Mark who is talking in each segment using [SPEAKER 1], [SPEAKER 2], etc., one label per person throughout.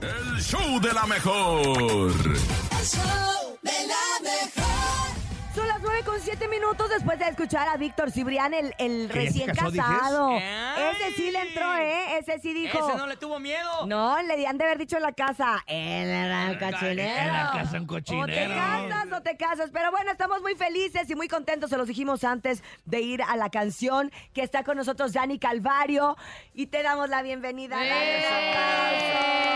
[SPEAKER 1] El show de la mejor.
[SPEAKER 2] El show de la mejor.
[SPEAKER 3] Son las 9 con 7 minutos después de escuchar a Víctor Cibrián, el, el
[SPEAKER 4] Que ya se
[SPEAKER 3] recién
[SPEAKER 4] casó, dices.
[SPEAKER 3] casado.
[SPEAKER 5] Ay.
[SPEAKER 3] Ese sí le entró, ¿eh? Ese sí dijo.
[SPEAKER 5] Ese no le tuvo miedo.
[SPEAKER 3] No, le han de haber dicho en la casa. Él era un cochinero.
[SPEAKER 4] Él era casa un cochinero.
[SPEAKER 3] O te casas o te casas. Pero bueno, estamos muy felices y muy contentos. Se los dijimos antes de ir a la canción que está con nosotros Dani Calvario. Y te damos la bienvenida. Dani.
[SPEAKER 6] ¡Eh!
[SPEAKER 3] Aplausos.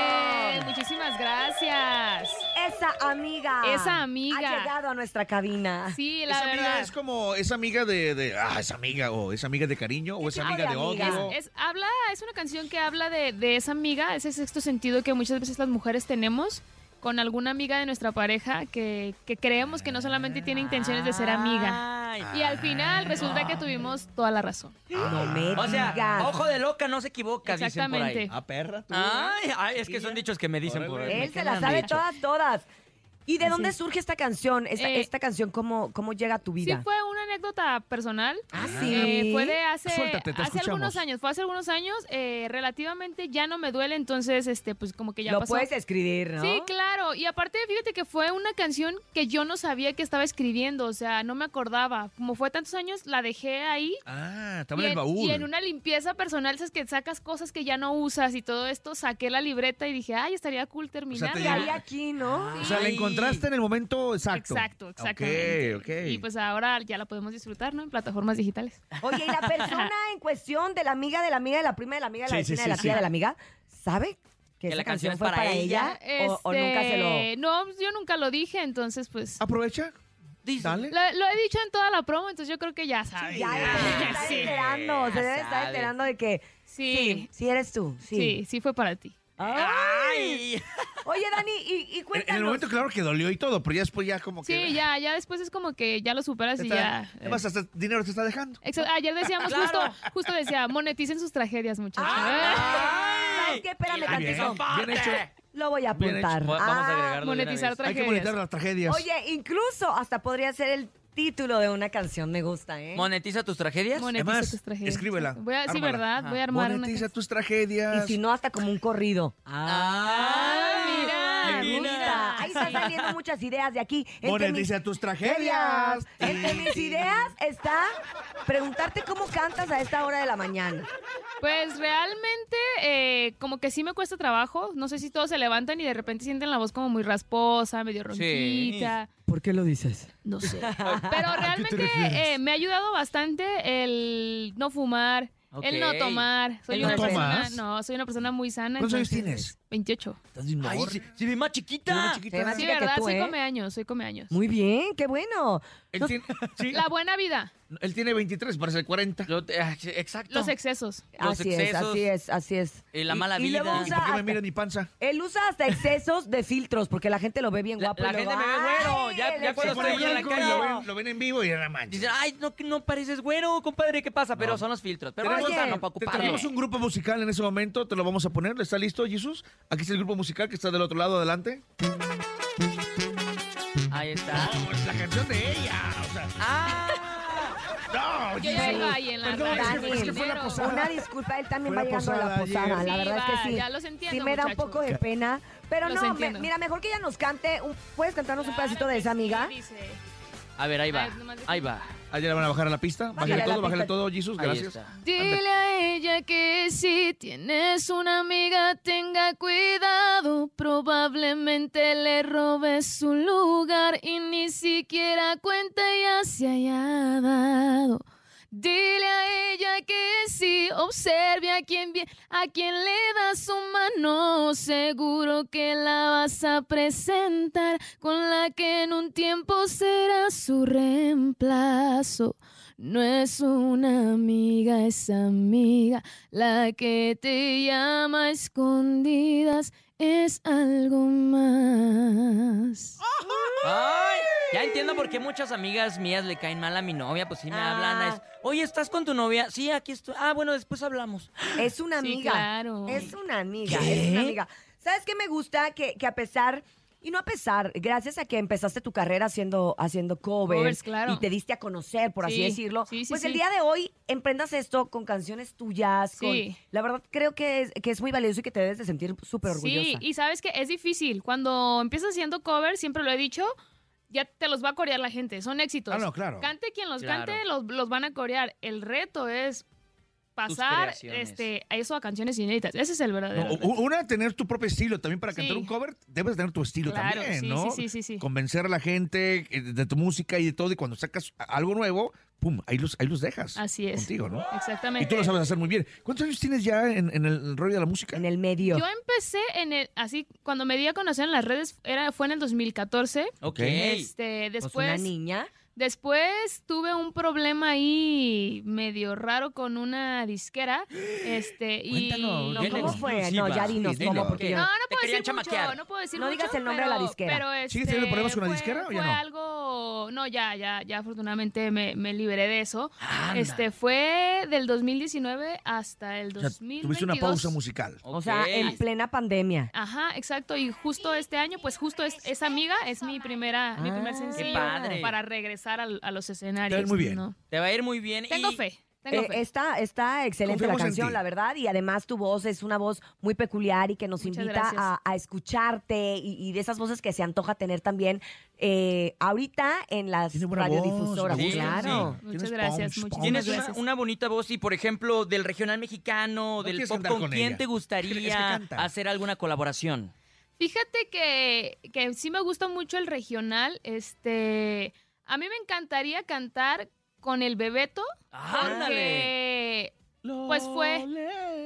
[SPEAKER 6] Muchísimas gracias.
[SPEAKER 3] Esa amiga.
[SPEAKER 6] Esa amiga.
[SPEAKER 3] Ha llegado a nuestra cabina.
[SPEAKER 6] Sí, la
[SPEAKER 4] Esa amiga
[SPEAKER 6] verdad.
[SPEAKER 4] es como, es amiga de, de- ah, es amiga, o es amiga de cariño, o es
[SPEAKER 3] tipo
[SPEAKER 4] amiga
[SPEAKER 3] de
[SPEAKER 4] de
[SPEAKER 3] amiga?
[SPEAKER 4] odio.
[SPEAKER 6] Es- habla, es una canción que habla de, de esa amiga, ese sexto sentido que muchas veces las mujeres tenemos con alguna amiga de nuestra pareja que, que creemos que no solamente tiene intenciones de ser amiga.
[SPEAKER 5] Ay.
[SPEAKER 6] Y al final resulta que tuvimos toda la razón.
[SPEAKER 3] No me
[SPEAKER 5] O sea,
[SPEAKER 3] digas.
[SPEAKER 5] ojo de loca no se equivoca, dicen por ahí.
[SPEAKER 6] Exactamente.
[SPEAKER 4] Ah, perra, tú.
[SPEAKER 5] Ay, ay, es que son dichos que me dicen por ahí.
[SPEAKER 3] Él
[SPEAKER 5] me
[SPEAKER 3] se las
[SPEAKER 5] han
[SPEAKER 3] sabe
[SPEAKER 5] dicho.
[SPEAKER 3] todas, todas. ¿Y de
[SPEAKER 6] Así
[SPEAKER 3] dónde
[SPEAKER 6] es.
[SPEAKER 3] surge esta canción? Esta,
[SPEAKER 6] Eh,
[SPEAKER 3] esta canción, ¿cómo, ¿cómo llega a tu
[SPEAKER 6] Sí,
[SPEAKER 3] vida?
[SPEAKER 6] fue una anécdota personal.
[SPEAKER 3] Ah,
[SPEAKER 6] Eh,
[SPEAKER 3] sí.
[SPEAKER 6] fue de hace,
[SPEAKER 4] Suéltate, te
[SPEAKER 6] hace
[SPEAKER 4] escuchamos.
[SPEAKER 6] algunos años, fue hace algunos años, eh, relativamente ya no me duele, entonces, este, pues como que ya
[SPEAKER 3] Lo
[SPEAKER 6] pasó.
[SPEAKER 3] puedes escribir, ¿no?
[SPEAKER 6] Sí, claro. Y aparte, fíjate que fue una canción que yo no sabía que estaba escribiendo, o sea, no me acordaba. Como fue tantos años, la dejé ahí.
[SPEAKER 4] Ah,
[SPEAKER 6] Y
[SPEAKER 4] estaba en el
[SPEAKER 6] en,
[SPEAKER 4] baúl.
[SPEAKER 6] y en una limpieza personal, esas que sacas cosas que ya no usas y todo esto, saqué la libreta y dije, ay, estaría cool
[SPEAKER 4] sea, te
[SPEAKER 6] terminarla.
[SPEAKER 3] Y ahí aquí, ¿no?
[SPEAKER 4] O sea, la
[SPEAKER 5] Ay.
[SPEAKER 4] encontraste en el momento exacto.
[SPEAKER 6] Exacto, exactamente.
[SPEAKER 4] Ok, ok.
[SPEAKER 6] Y pues ahora ya la podemos disfrutar, ¿no? En plataformas digitales.
[SPEAKER 3] Oye, ¿y la persona en cuestión de la amiga, de la amiga, de la prima, de la amiga, de la
[SPEAKER 4] Sí, sí,
[SPEAKER 3] vecina,
[SPEAKER 4] sí,
[SPEAKER 3] de la tía,
[SPEAKER 4] sí.
[SPEAKER 3] de la amiga? ¿Sabe que,
[SPEAKER 5] Que
[SPEAKER 3] esa
[SPEAKER 5] la canción es
[SPEAKER 3] fue
[SPEAKER 5] para
[SPEAKER 3] para ella?
[SPEAKER 5] ella.
[SPEAKER 3] o, o nunca se
[SPEAKER 6] Este,
[SPEAKER 3] lo...?
[SPEAKER 6] No, yo nunca lo dije, entonces pues...
[SPEAKER 4] Aprovecha,
[SPEAKER 5] Dice-
[SPEAKER 4] dale.
[SPEAKER 6] Lo, lo he dicho en toda la promo, entonces yo creo que ya sabes.
[SPEAKER 3] Ya, se debe estar
[SPEAKER 6] sí.
[SPEAKER 3] enterando, se debe
[SPEAKER 5] Ya
[SPEAKER 3] estar
[SPEAKER 5] sabe.
[SPEAKER 3] enterando de que... Sí,
[SPEAKER 6] Sí,
[SPEAKER 3] sí eres tú, sí.
[SPEAKER 6] sí, sí fue para ti.
[SPEAKER 3] Ay.
[SPEAKER 5] Ay.
[SPEAKER 3] Oye, Dani, y, y
[SPEAKER 4] En- En el
[SPEAKER 3] cuéntanos...
[SPEAKER 4] momento, claro que dolió y todo, pero ya después ya como que.
[SPEAKER 6] Sí, ya, ya después es como que ya lo superas y ya. eh.
[SPEAKER 4] Además, hasta dinero te está dejando.
[SPEAKER 6] Exa- ah, Ayer decíamos
[SPEAKER 5] Claro.
[SPEAKER 6] justo, justo decía, moneticen sus tragedias, muchachos.
[SPEAKER 4] Ah,
[SPEAKER 3] Ah, ¿Sabes qué? Espérame
[SPEAKER 5] Ay,
[SPEAKER 4] bien,
[SPEAKER 3] tantito.
[SPEAKER 4] bien hecho.
[SPEAKER 3] Lo voy a
[SPEAKER 4] Bien hecho.
[SPEAKER 3] apuntar.
[SPEAKER 5] Vamos a
[SPEAKER 3] Ah,
[SPEAKER 5] agregarlo. de una
[SPEAKER 6] monetizar
[SPEAKER 5] vez.
[SPEAKER 6] tra-
[SPEAKER 4] Hay que
[SPEAKER 6] Tragedias.
[SPEAKER 4] monitorear las tragedias.
[SPEAKER 3] Oye, incluso hasta podría ser el título de una canción, me gusta, ¿eh?
[SPEAKER 5] ¿Monetiza tus tragedias?
[SPEAKER 6] Monetiza
[SPEAKER 4] Además,
[SPEAKER 6] tus tragedias.
[SPEAKER 4] escríbela,
[SPEAKER 6] Voy a- sí,
[SPEAKER 4] ármala.
[SPEAKER 6] ¿verdad?
[SPEAKER 5] Ajá.
[SPEAKER 6] Voy a armar
[SPEAKER 4] Monetiza
[SPEAKER 6] una.
[SPEAKER 4] tus tragedias.
[SPEAKER 3] Y si no, hasta como un corrido.
[SPEAKER 6] Ah,
[SPEAKER 5] Ah,
[SPEAKER 6] mira,
[SPEAKER 3] Me
[SPEAKER 6] mira.
[SPEAKER 3] gusta. Ahí están
[SPEAKER 6] Sí.
[SPEAKER 3] saliendo muchas ideas de aquí. Entre
[SPEAKER 4] Monetiza
[SPEAKER 3] mis
[SPEAKER 4] tus tragedias.
[SPEAKER 3] Entre mis ideas está preguntarte cómo cantas a esta hora de la mañana.
[SPEAKER 6] Pues realmente, eh, como que sí me cuesta trabajo. No sé si todos se levantan y de repente sienten la voz como muy rasposa, medio ronquita.
[SPEAKER 3] ¿Por qué lo dices?
[SPEAKER 6] No sé. Pero realmente
[SPEAKER 4] refieres?
[SPEAKER 6] eh, me ha ayudado bastante el no fumar, el no
[SPEAKER 5] Ok.
[SPEAKER 6] tomar. Soy
[SPEAKER 3] ¿No
[SPEAKER 6] una persona,
[SPEAKER 4] tomas?
[SPEAKER 6] no, soy una persona muy sana.
[SPEAKER 4] ¿Cuántos años
[SPEAKER 6] entonces, 28.
[SPEAKER 4] Estás bien
[SPEAKER 5] Ay,
[SPEAKER 4] morra.
[SPEAKER 5] se, se ve más chiquita.
[SPEAKER 4] Bien chiquita.
[SPEAKER 3] Se ve más
[SPEAKER 6] Sí,
[SPEAKER 3] chica que
[SPEAKER 6] verdad,
[SPEAKER 3] tú,
[SPEAKER 6] soy
[SPEAKER 3] ¿eh?
[SPEAKER 6] comeaños, soy comeaños.
[SPEAKER 3] Muy bien, qué bueno.
[SPEAKER 4] Él tiene, sí,
[SPEAKER 6] La buena vida,
[SPEAKER 4] él tiene 23, parece 40.
[SPEAKER 5] Lo- ah, sí, exacto.
[SPEAKER 6] los excesos.
[SPEAKER 5] Los
[SPEAKER 3] así
[SPEAKER 5] excesos.
[SPEAKER 3] es, así es, así es.
[SPEAKER 5] Y la mala vida.
[SPEAKER 3] luego
[SPEAKER 5] ¿Y
[SPEAKER 4] ¿Y
[SPEAKER 3] usa
[SPEAKER 4] por qué me
[SPEAKER 3] hasta-
[SPEAKER 4] mira mi panza?
[SPEAKER 3] Él usa hasta excesos de filtros porque la gente lo ve bien
[SPEAKER 5] La-
[SPEAKER 3] guapo.
[SPEAKER 5] la
[SPEAKER 3] y luego,
[SPEAKER 5] gente me ve
[SPEAKER 3] ¡ay,
[SPEAKER 5] güero! Ya-
[SPEAKER 3] el
[SPEAKER 5] ya cuando
[SPEAKER 3] exceso
[SPEAKER 5] estoy
[SPEAKER 3] de
[SPEAKER 5] yo en la
[SPEAKER 4] Blanco,
[SPEAKER 5] calle.
[SPEAKER 4] Lo
[SPEAKER 3] filtros.
[SPEAKER 4] ven, lo ven en vivo y era mancha.
[SPEAKER 6] "Ah,
[SPEAKER 5] Dicen, ay, no, que no pareces güero, compadre, ¿qué pasa? Pero son los filtros. Pero
[SPEAKER 3] Tenemos-
[SPEAKER 5] no están para
[SPEAKER 4] Te
[SPEAKER 5] ocupar.
[SPEAKER 4] traemos un grupo musical en ese momento, te lo vamos a poner. ¿Está listo, Jesús? Aquí está el grupo musical que está del otro lado, adelante.
[SPEAKER 5] Ahí está.
[SPEAKER 4] es la canción de ella. O sea,
[SPEAKER 5] Ah.
[SPEAKER 4] no,
[SPEAKER 6] Yo ya iba ahí en la
[SPEAKER 4] Perdón, es
[SPEAKER 6] radio.
[SPEAKER 4] que, es que fue la
[SPEAKER 6] Daniel.
[SPEAKER 4] posada.
[SPEAKER 3] Una disculpa, él también
[SPEAKER 4] Fue
[SPEAKER 3] va
[SPEAKER 4] la
[SPEAKER 3] llegando a la
[SPEAKER 4] posada
[SPEAKER 3] posada,
[SPEAKER 4] ayer.
[SPEAKER 3] la
[SPEAKER 6] Sí,
[SPEAKER 3] verdad es
[SPEAKER 6] va,
[SPEAKER 3] que sí.
[SPEAKER 6] ya los entiendo,
[SPEAKER 3] sí me da un
[SPEAKER 6] muchachos.
[SPEAKER 3] poco de pena, pero
[SPEAKER 6] Los
[SPEAKER 3] no, me-
[SPEAKER 6] entiendo.
[SPEAKER 3] mira, mejor que ella nos cante, un- ¿puedes cantarnos un pedacito de esa amiga?
[SPEAKER 5] A ver, ahí va.
[SPEAKER 6] Ay, Ah, nomás deja-
[SPEAKER 5] Ahí va.
[SPEAKER 4] Ayer la Ah, van a bajar a la pista.
[SPEAKER 3] Bájale
[SPEAKER 4] Bájale
[SPEAKER 3] a la
[SPEAKER 4] todo, bájale
[SPEAKER 3] pista.
[SPEAKER 4] todo, Jesús.
[SPEAKER 5] Ahí
[SPEAKER 4] Pues Gracias. Ah,
[SPEAKER 5] está.
[SPEAKER 6] Dile a ella que si tienes una amiga tenga cuidado, probablemente le robes su lugar y ni siquiera cuenta ya se haya dado. Dile a ella que si observe a quien, vi- a quien le da su mano, seguro que la vas a presentar con la que en un tiempo será su reemplazo. No es una amiga, es amiga la que te llama a escondidas, es algo más.
[SPEAKER 5] Ay, ya entiendo por qué muchas amigas mías le caen mal a mi novia, pues sí me
[SPEAKER 3] Ah.
[SPEAKER 5] hablan. Es, Oye, ¿estás con tu novia? Sí, aquí estoy. Ah, bueno, después hablamos.
[SPEAKER 3] Es una
[SPEAKER 6] Sí,
[SPEAKER 3] amiga.
[SPEAKER 6] claro.
[SPEAKER 3] Es una amiga, es una amiga. ¿Sabes qué me gusta? Que, que a pesar Y no a pesar, gracias a que empezaste tu carrera haciendo, haciendo covers,
[SPEAKER 6] Covers, claro.
[SPEAKER 3] y te diste a conocer, por así
[SPEAKER 6] Sí,
[SPEAKER 3] decirlo,
[SPEAKER 6] sí, sí,
[SPEAKER 3] pues el
[SPEAKER 6] sí.
[SPEAKER 3] día de hoy emprendas esto con canciones tuyas.
[SPEAKER 6] Sí.
[SPEAKER 3] Con, la verdad creo que es, que es muy valioso y que te debes de sentir súper orgullosa.
[SPEAKER 6] Sí, y sabes que es difícil. Cuando empiezas haciendo covers, siempre lo he dicho, ya te los va a corear la gente. Son éxitos.
[SPEAKER 4] Ah, no, claro.
[SPEAKER 6] Cante quien los
[SPEAKER 5] Claro.
[SPEAKER 6] cante, los, los van a corear. El reto es pasar
[SPEAKER 5] creaciones.
[SPEAKER 6] este, a eso a canciones inéditas. Ese es el
[SPEAKER 4] No,
[SPEAKER 6] verdadero.
[SPEAKER 4] u-
[SPEAKER 6] reto.
[SPEAKER 4] una, tener tu propio estilo. También para
[SPEAKER 6] Sí.
[SPEAKER 4] cantar un cover, debes tener tu estilo
[SPEAKER 6] Claro,
[SPEAKER 4] también,
[SPEAKER 6] sí,
[SPEAKER 4] ¿no?
[SPEAKER 6] sí, sí, sí, sí.
[SPEAKER 4] Convencer a la gente eh, de tu música y de todo. Y cuando sacas a- algo nuevo, pum, ahí los, ahí los dejas.
[SPEAKER 6] Así es. eh,
[SPEAKER 4] Contigo, ¿no? Y
[SPEAKER 6] Exactamente.
[SPEAKER 4] tú lo sabes hacer muy bien. ¿Cuántos años tienes ya en, en el rollo de la música?
[SPEAKER 3] En el medio.
[SPEAKER 6] Yo empecé en el, así, cuando me di a conocer en las redes, era, fue en el 2014.
[SPEAKER 5] Ok.
[SPEAKER 6] Este,
[SPEAKER 3] Pues,
[SPEAKER 6] después,
[SPEAKER 3] una niña.
[SPEAKER 6] después tuve un problema ahí medio raro con una disquera. Este, y
[SPEAKER 4] Cuéntanos,
[SPEAKER 6] lo-
[SPEAKER 5] Dile,
[SPEAKER 3] ¿Cómo
[SPEAKER 5] Alex,
[SPEAKER 6] ¿cómo?
[SPEAKER 3] fue?
[SPEAKER 5] exclusiva.
[SPEAKER 3] No, ya dinos
[SPEAKER 4] Sí,
[SPEAKER 3] cómo,
[SPEAKER 4] dilo.
[SPEAKER 3] porque yo
[SPEAKER 5] No,
[SPEAKER 3] no.
[SPEAKER 6] No, no
[SPEAKER 5] Te
[SPEAKER 6] puedo
[SPEAKER 5] querían
[SPEAKER 6] decir
[SPEAKER 5] chamaquear.
[SPEAKER 6] mucho, no puedo decir
[SPEAKER 3] No
[SPEAKER 6] mucho,
[SPEAKER 3] digas el nombre de la
[SPEAKER 6] pero-
[SPEAKER 3] disquera.
[SPEAKER 6] Pero este,
[SPEAKER 4] ¿Sigues teniendo problemas con la
[SPEAKER 6] fue-
[SPEAKER 4] disquera o ya
[SPEAKER 6] fue
[SPEAKER 4] no?
[SPEAKER 6] algo, no, ya, ya, ya afortunadamente me, me liberé de eso.
[SPEAKER 5] Anda.
[SPEAKER 6] Este fue del 2019 hasta el
[SPEAKER 4] O sea,
[SPEAKER 6] 2022.
[SPEAKER 4] tuviste una pausa musical.
[SPEAKER 5] Ok.
[SPEAKER 3] O sea, en plena pandemia.
[SPEAKER 6] Ajá, exacto. Y justo este año, pues justo es, esa amiga es mi primera, mi
[SPEAKER 3] Ah.
[SPEAKER 6] primer
[SPEAKER 3] Qué
[SPEAKER 6] sencillo
[SPEAKER 5] padre.
[SPEAKER 6] para regresar al- a, los escenarios.
[SPEAKER 4] muy bien.
[SPEAKER 6] ¿no?
[SPEAKER 5] Te va a ir muy bien. y-
[SPEAKER 6] Tengo fe, tengo
[SPEAKER 3] Eh,
[SPEAKER 6] fe.
[SPEAKER 3] está, está excelente
[SPEAKER 4] Confiamos
[SPEAKER 3] la
[SPEAKER 4] en
[SPEAKER 3] canción,
[SPEAKER 4] ti.
[SPEAKER 3] la verdad, y además tu voz es una voz muy peculiar y que nos
[SPEAKER 6] Muchas
[SPEAKER 3] invita
[SPEAKER 6] gracias.
[SPEAKER 3] a, a escucharte y, y de esas voces que se antoja tener también eh, ahorita en las
[SPEAKER 4] Tiene buena voz.
[SPEAKER 3] radiodifusoras.
[SPEAKER 4] me gusta.
[SPEAKER 3] claro.
[SPEAKER 4] Sí.
[SPEAKER 6] Muchas
[SPEAKER 4] Tienes
[SPEAKER 6] gracias,
[SPEAKER 4] punch,
[SPEAKER 6] muchísimas
[SPEAKER 4] punch.
[SPEAKER 5] Tienes una,
[SPEAKER 6] gracias.
[SPEAKER 5] una bonita voz y, por ejemplo, del regional mexicano, del
[SPEAKER 4] quieres
[SPEAKER 5] pop,
[SPEAKER 4] cantar
[SPEAKER 5] ¿con,
[SPEAKER 4] con
[SPEAKER 5] quién
[SPEAKER 4] ella.
[SPEAKER 5] te
[SPEAKER 4] Es que
[SPEAKER 5] gustaría
[SPEAKER 4] canta.
[SPEAKER 5] hacer alguna colaboración?
[SPEAKER 6] Fíjate que, que sí me gusta mucho el regional. Este, a mí me encantaría cantar con el Bebeto.
[SPEAKER 5] ¡Ándale!
[SPEAKER 6] Porque Pues fue-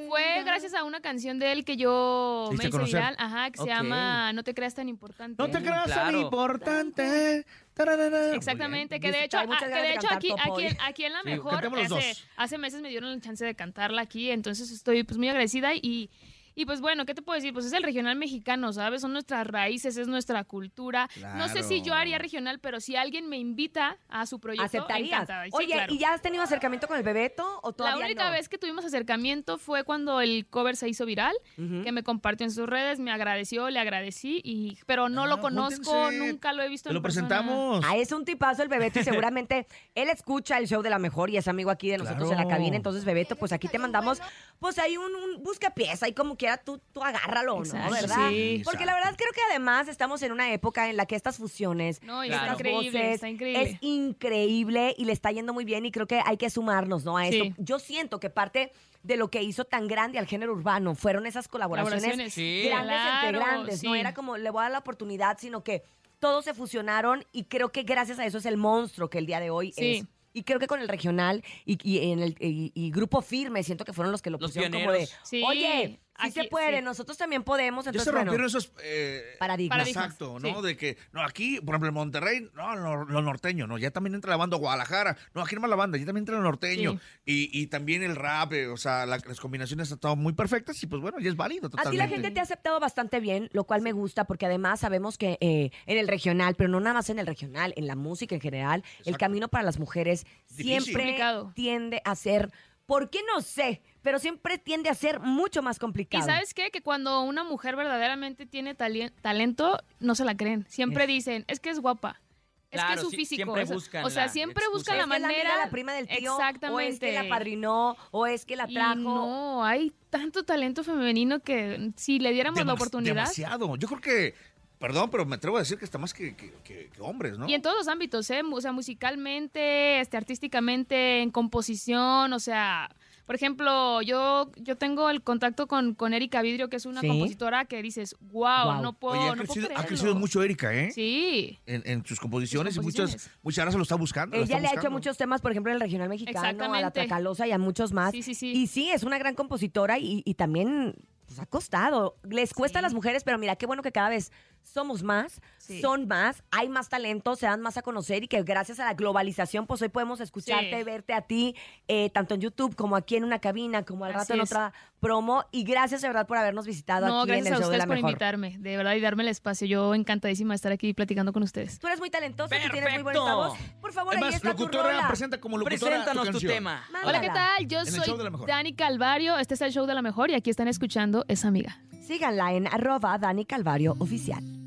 [SPEAKER 6] fue gracias a una canción de él que yo
[SPEAKER 4] Se
[SPEAKER 6] me
[SPEAKER 4] hizo
[SPEAKER 6] hice
[SPEAKER 4] conocer.
[SPEAKER 6] viral, ajá, que
[SPEAKER 5] Ok.
[SPEAKER 6] se llama No te creas tan importante.
[SPEAKER 4] No te
[SPEAKER 5] Sí,
[SPEAKER 4] creas tan
[SPEAKER 5] claro.
[SPEAKER 4] importante. Tararara.
[SPEAKER 6] Exactamente, que
[SPEAKER 3] Dice,
[SPEAKER 6] de hecho,
[SPEAKER 3] hay muchas
[SPEAKER 6] ah, que
[SPEAKER 3] ganas
[SPEAKER 6] de
[SPEAKER 3] de
[SPEAKER 6] hecho
[SPEAKER 3] cantar
[SPEAKER 6] aquí,
[SPEAKER 3] Topo
[SPEAKER 6] aquí,
[SPEAKER 3] hoy.
[SPEAKER 6] en- aquí en la
[SPEAKER 5] Sí,
[SPEAKER 6] mejor
[SPEAKER 4] cantemos los
[SPEAKER 6] hace,
[SPEAKER 4] dos.
[SPEAKER 6] hace meses me dieron la chance de cantarla aquí, entonces estoy pues muy agradecida y, y pues bueno, ¿qué te puedo decir? Pues es el regional mexicano, ¿sabes? Son nuestras raíces, es nuestra cultura. No sé si yo
[SPEAKER 4] Claro.
[SPEAKER 6] haría regional, pero si alguien me invita a su proyecto,
[SPEAKER 3] ¿Aceptarías?
[SPEAKER 6] encantada. Sí,
[SPEAKER 3] Oye,
[SPEAKER 6] claro.
[SPEAKER 3] ¿y ya has tenido acercamiento con el Bebeto o
[SPEAKER 6] La
[SPEAKER 3] todavía
[SPEAKER 6] única
[SPEAKER 3] no?
[SPEAKER 6] vez que tuvimos acercamiento fue cuando el cover se hizo viral,
[SPEAKER 3] Ujú.
[SPEAKER 6] que me compartió en sus redes, me agradeció, le agradecí, y pero no
[SPEAKER 4] Ah,
[SPEAKER 6] lo conozco,
[SPEAKER 4] júntense.
[SPEAKER 6] nunca lo he
[SPEAKER 4] Te
[SPEAKER 6] visto en
[SPEAKER 4] lo
[SPEAKER 6] persona.
[SPEAKER 4] presentamos.
[SPEAKER 3] Ah, es un tipazo el Bebeto y seguramente él escucha el show de la mejor y es amigo aquí de nosotros
[SPEAKER 4] Claro.
[SPEAKER 3] en la cabina. Entonces, Bebeto, pues aquí te mandamos, pues ahí un, un busca pieza y como quiera tú, tú agárralo, ¿no?
[SPEAKER 6] Exacto,
[SPEAKER 3] ¿Verdad?
[SPEAKER 6] sí.
[SPEAKER 3] Porque la verdad creo que además estamos en una época en la que estas fusiones,
[SPEAKER 6] No, y
[SPEAKER 5] Claro.
[SPEAKER 6] está increíble,
[SPEAKER 3] voces,
[SPEAKER 6] está increíble.
[SPEAKER 3] es increíble y le está yendo muy bien y creo que hay que sumarnos, ¿no? A esto.
[SPEAKER 6] Sí.
[SPEAKER 3] Yo siento que parte de lo que hizo tan grande al género urbano fueron esas colaboraciones
[SPEAKER 5] Sí.
[SPEAKER 3] grandes entre
[SPEAKER 6] Claro,
[SPEAKER 3] grandes, no
[SPEAKER 6] sí.
[SPEAKER 3] era como le voy a dar la oportunidad, sino que todos se fusionaron y creo que gracias a eso es el monstruo que el día de hoy
[SPEAKER 6] Sí.
[SPEAKER 3] es. Y creo que con el regional y, y en el y, y grupo firme siento que fueron los que lo
[SPEAKER 5] Los
[SPEAKER 3] pusieron
[SPEAKER 5] pioneros.
[SPEAKER 3] como de,
[SPEAKER 6] Sí,
[SPEAKER 3] oye, sí
[SPEAKER 6] aquí-
[SPEAKER 3] se puede,
[SPEAKER 6] sí.
[SPEAKER 3] nosotros también podemos,
[SPEAKER 4] Ya
[SPEAKER 3] entonces
[SPEAKER 4] se rompieron
[SPEAKER 3] bueno,
[SPEAKER 4] esos eh,
[SPEAKER 3] paradigmas.
[SPEAKER 6] Paradigmas.
[SPEAKER 4] Exacto, ¿no?
[SPEAKER 6] sí.
[SPEAKER 4] De que, no, aquí, por ejemplo, en Monterrey, no, lo, lo norteño, ¿no? Ya también entra la banda Guadalajara, no, aquí nomás la banda, ya también entra lo norteño.
[SPEAKER 6] Sí.
[SPEAKER 4] Y, y también el rap, eh, o sea, la- las combinaciones han estado muy perfectas y pues bueno, ya es válido
[SPEAKER 3] A ti
[SPEAKER 4] totalmente.
[SPEAKER 3] la gente te ha aceptado bastante bien, lo cual me gusta porque además sabemos que eh, en el regional, pero no nada más en el regional, en la música en general, el
[SPEAKER 4] Exacto.
[SPEAKER 3] camino para las mujeres
[SPEAKER 4] Difícil.
[SPEAKER 3] siempre
[SPEAKER 6] Complicado.
[SPEAKER 3] tiende a ser, ¿por qué no sé? Pero siempre tiende a ser mucho más complicado.
[SPEAKER 6] Y sabes qué? Que cuando una mujer verdaderamente tiene talien- talento, no se la creen. Siempre
[SPEAKER 3] Es-
[SPEAKER 6] dicen, es que es guapa. Es que
[SPEAKER 5] Claro,
[SPEAKER 6] es su
[SPEAKER 5] sí,
[SPEAKER 6] físico.
[SPEAKER 5] siempre
[SPEAKER 6] o sea-
[SPEAKER 5] buscan
[SPEAKER 6] o sea,
[SPEAKER 5] la
[SPEAKER 6] siempre
[SPEAKER 5] excusa.
[SPEAKER 6] buscan la
[SPEAKER 3] es que
[SPEAKER 6] manera.
[SPEAKER 3] es la, amiga, la prima del tío,
[SPEAKER 6] Exactamente.
[SPEAKER 3] o es que la padrinó, o es que la
[SPEAKER 6] Y
[SPEAKER 3] trajo.
[SPEAKER 6] no, hay tanto talento femenino que si le diéramos la
[SPEAKER 4] Demas-
[SPEAKER 6] oportunidad.
[SPEAKER 4] Demasiado. Yo creo que, perdón, pero me atrevo a decir que está más que, que- que- que hombres, ¿no?
[SPEAKER 6] Y en todos los ámbitos, ¿eh? O sea, musicalmente, este, artísticamente, en composición, o sea... Por ejemplo, yo, yo tengo el contacto con, con Erika Vidrio, que es una
[SPEAKER 3] Sí.
[SPEAKER 6] compositora que dices, wow,
[SPEAKER 3] Guau.
[SPEAKER 6] no puedo,
[SPEAKER 4] Oye, ha
[SPEAKER 6] no puedo
[SPEAKER 4] crecido, ha
[SPEAKER 6] creerlo".
[SPEAKER 4] crecido mucho Erika, ¿eh?
[SPEAKER 6] Sí,
[SPEAKER 4] En, en sus composiciones,
[SPEAKER 6] Sus
[SPEAKER 4] y muchas,
[SPEAKER 6] composiciones.
[SPEAKER 4] muchas horas se lo está buscando. la
[SPEAKER 3] Ella
[SPEAKER 4] está
[SPEAKER 3] le ha hecho
[SPEAKER 4] buscando.
[SPEAKER 3] muchos temas, por ejemplo, en el regional mexicano, a la
[SPEAKER 6] Exactamente.
[SPEAKER 3] Tracalosa y a muchos más.
[SPEAKER 6] Sí, sí, sí.
[SPEAKER 3] Y sí, es una gran compositora y, y también pues, ha costado. Les cuesta a
[SPEAKER 6] Sí.
[SPEAKER 3] las mujeres, pero mira, qué bueno que cada vez somos más,
[SPEAKER 6] Sí.
[SPEAKER 3] son más, hay más talento, se dan más a conocer y que gracias a la globalización, pues hoy podemos escucharte,
[SPEAKER 6] Sí.
[SPEAKER 3] verte a ti, eh, tanto en YouTube como aquí en una cabina, como al
[SPEAKER 6] Así
[SPEAKER 3] rato en
[SPEAKER 6] es.
[SPEAKER 3] otra promo. Y gracias de verdad por habernos visitado
[SPEAKER 6] no,
[SPEAKER 3] aquí en el
[SPEAKER 6] gracias a
[SPEAKER 3] show de
[SPEAKER 6] ustedes
[SPEAKER 3] la
[SPEAKER 6] por
[SPEAKER 3] mejor.
[SPEAKER 6] invitarme, de verdad, y darme el espacio. Yo encantadísima de estar aquí platicando con ustedes.
[SPEAKER 3] Tú eres muy talentosa, tú tienes muy
[SPEAKER 5] ¡Perfecto!
[SPEAKER 3] bonita voz. Por favor, ahí
[SPEAKER 4] Además,
[SPEAKER 3] está tu
[SPEAKER 4] locutora,
[SPEAKER 3] rola.
[SPEAKER 4] presenta como locutora
[SPEAKER 5] Preséntanos tu,
[SPEAKER 4] canción.
[SPEAKER 5] tema.
[SPEAKER 3] Mándala.
[SPEAKER 6] Hola, ¿qué tal? Yo
[SPEAKER 4] el
[SPEAKER 6] soy
[SPEAKER 4] show de la mejor.
[SPEAKER 6] Dani Calvario, este es el show de la mejor y aquí están escuchando Es Amiga.
[SPEAKER 3] Síganla en arroba Dani Calvario Oficial.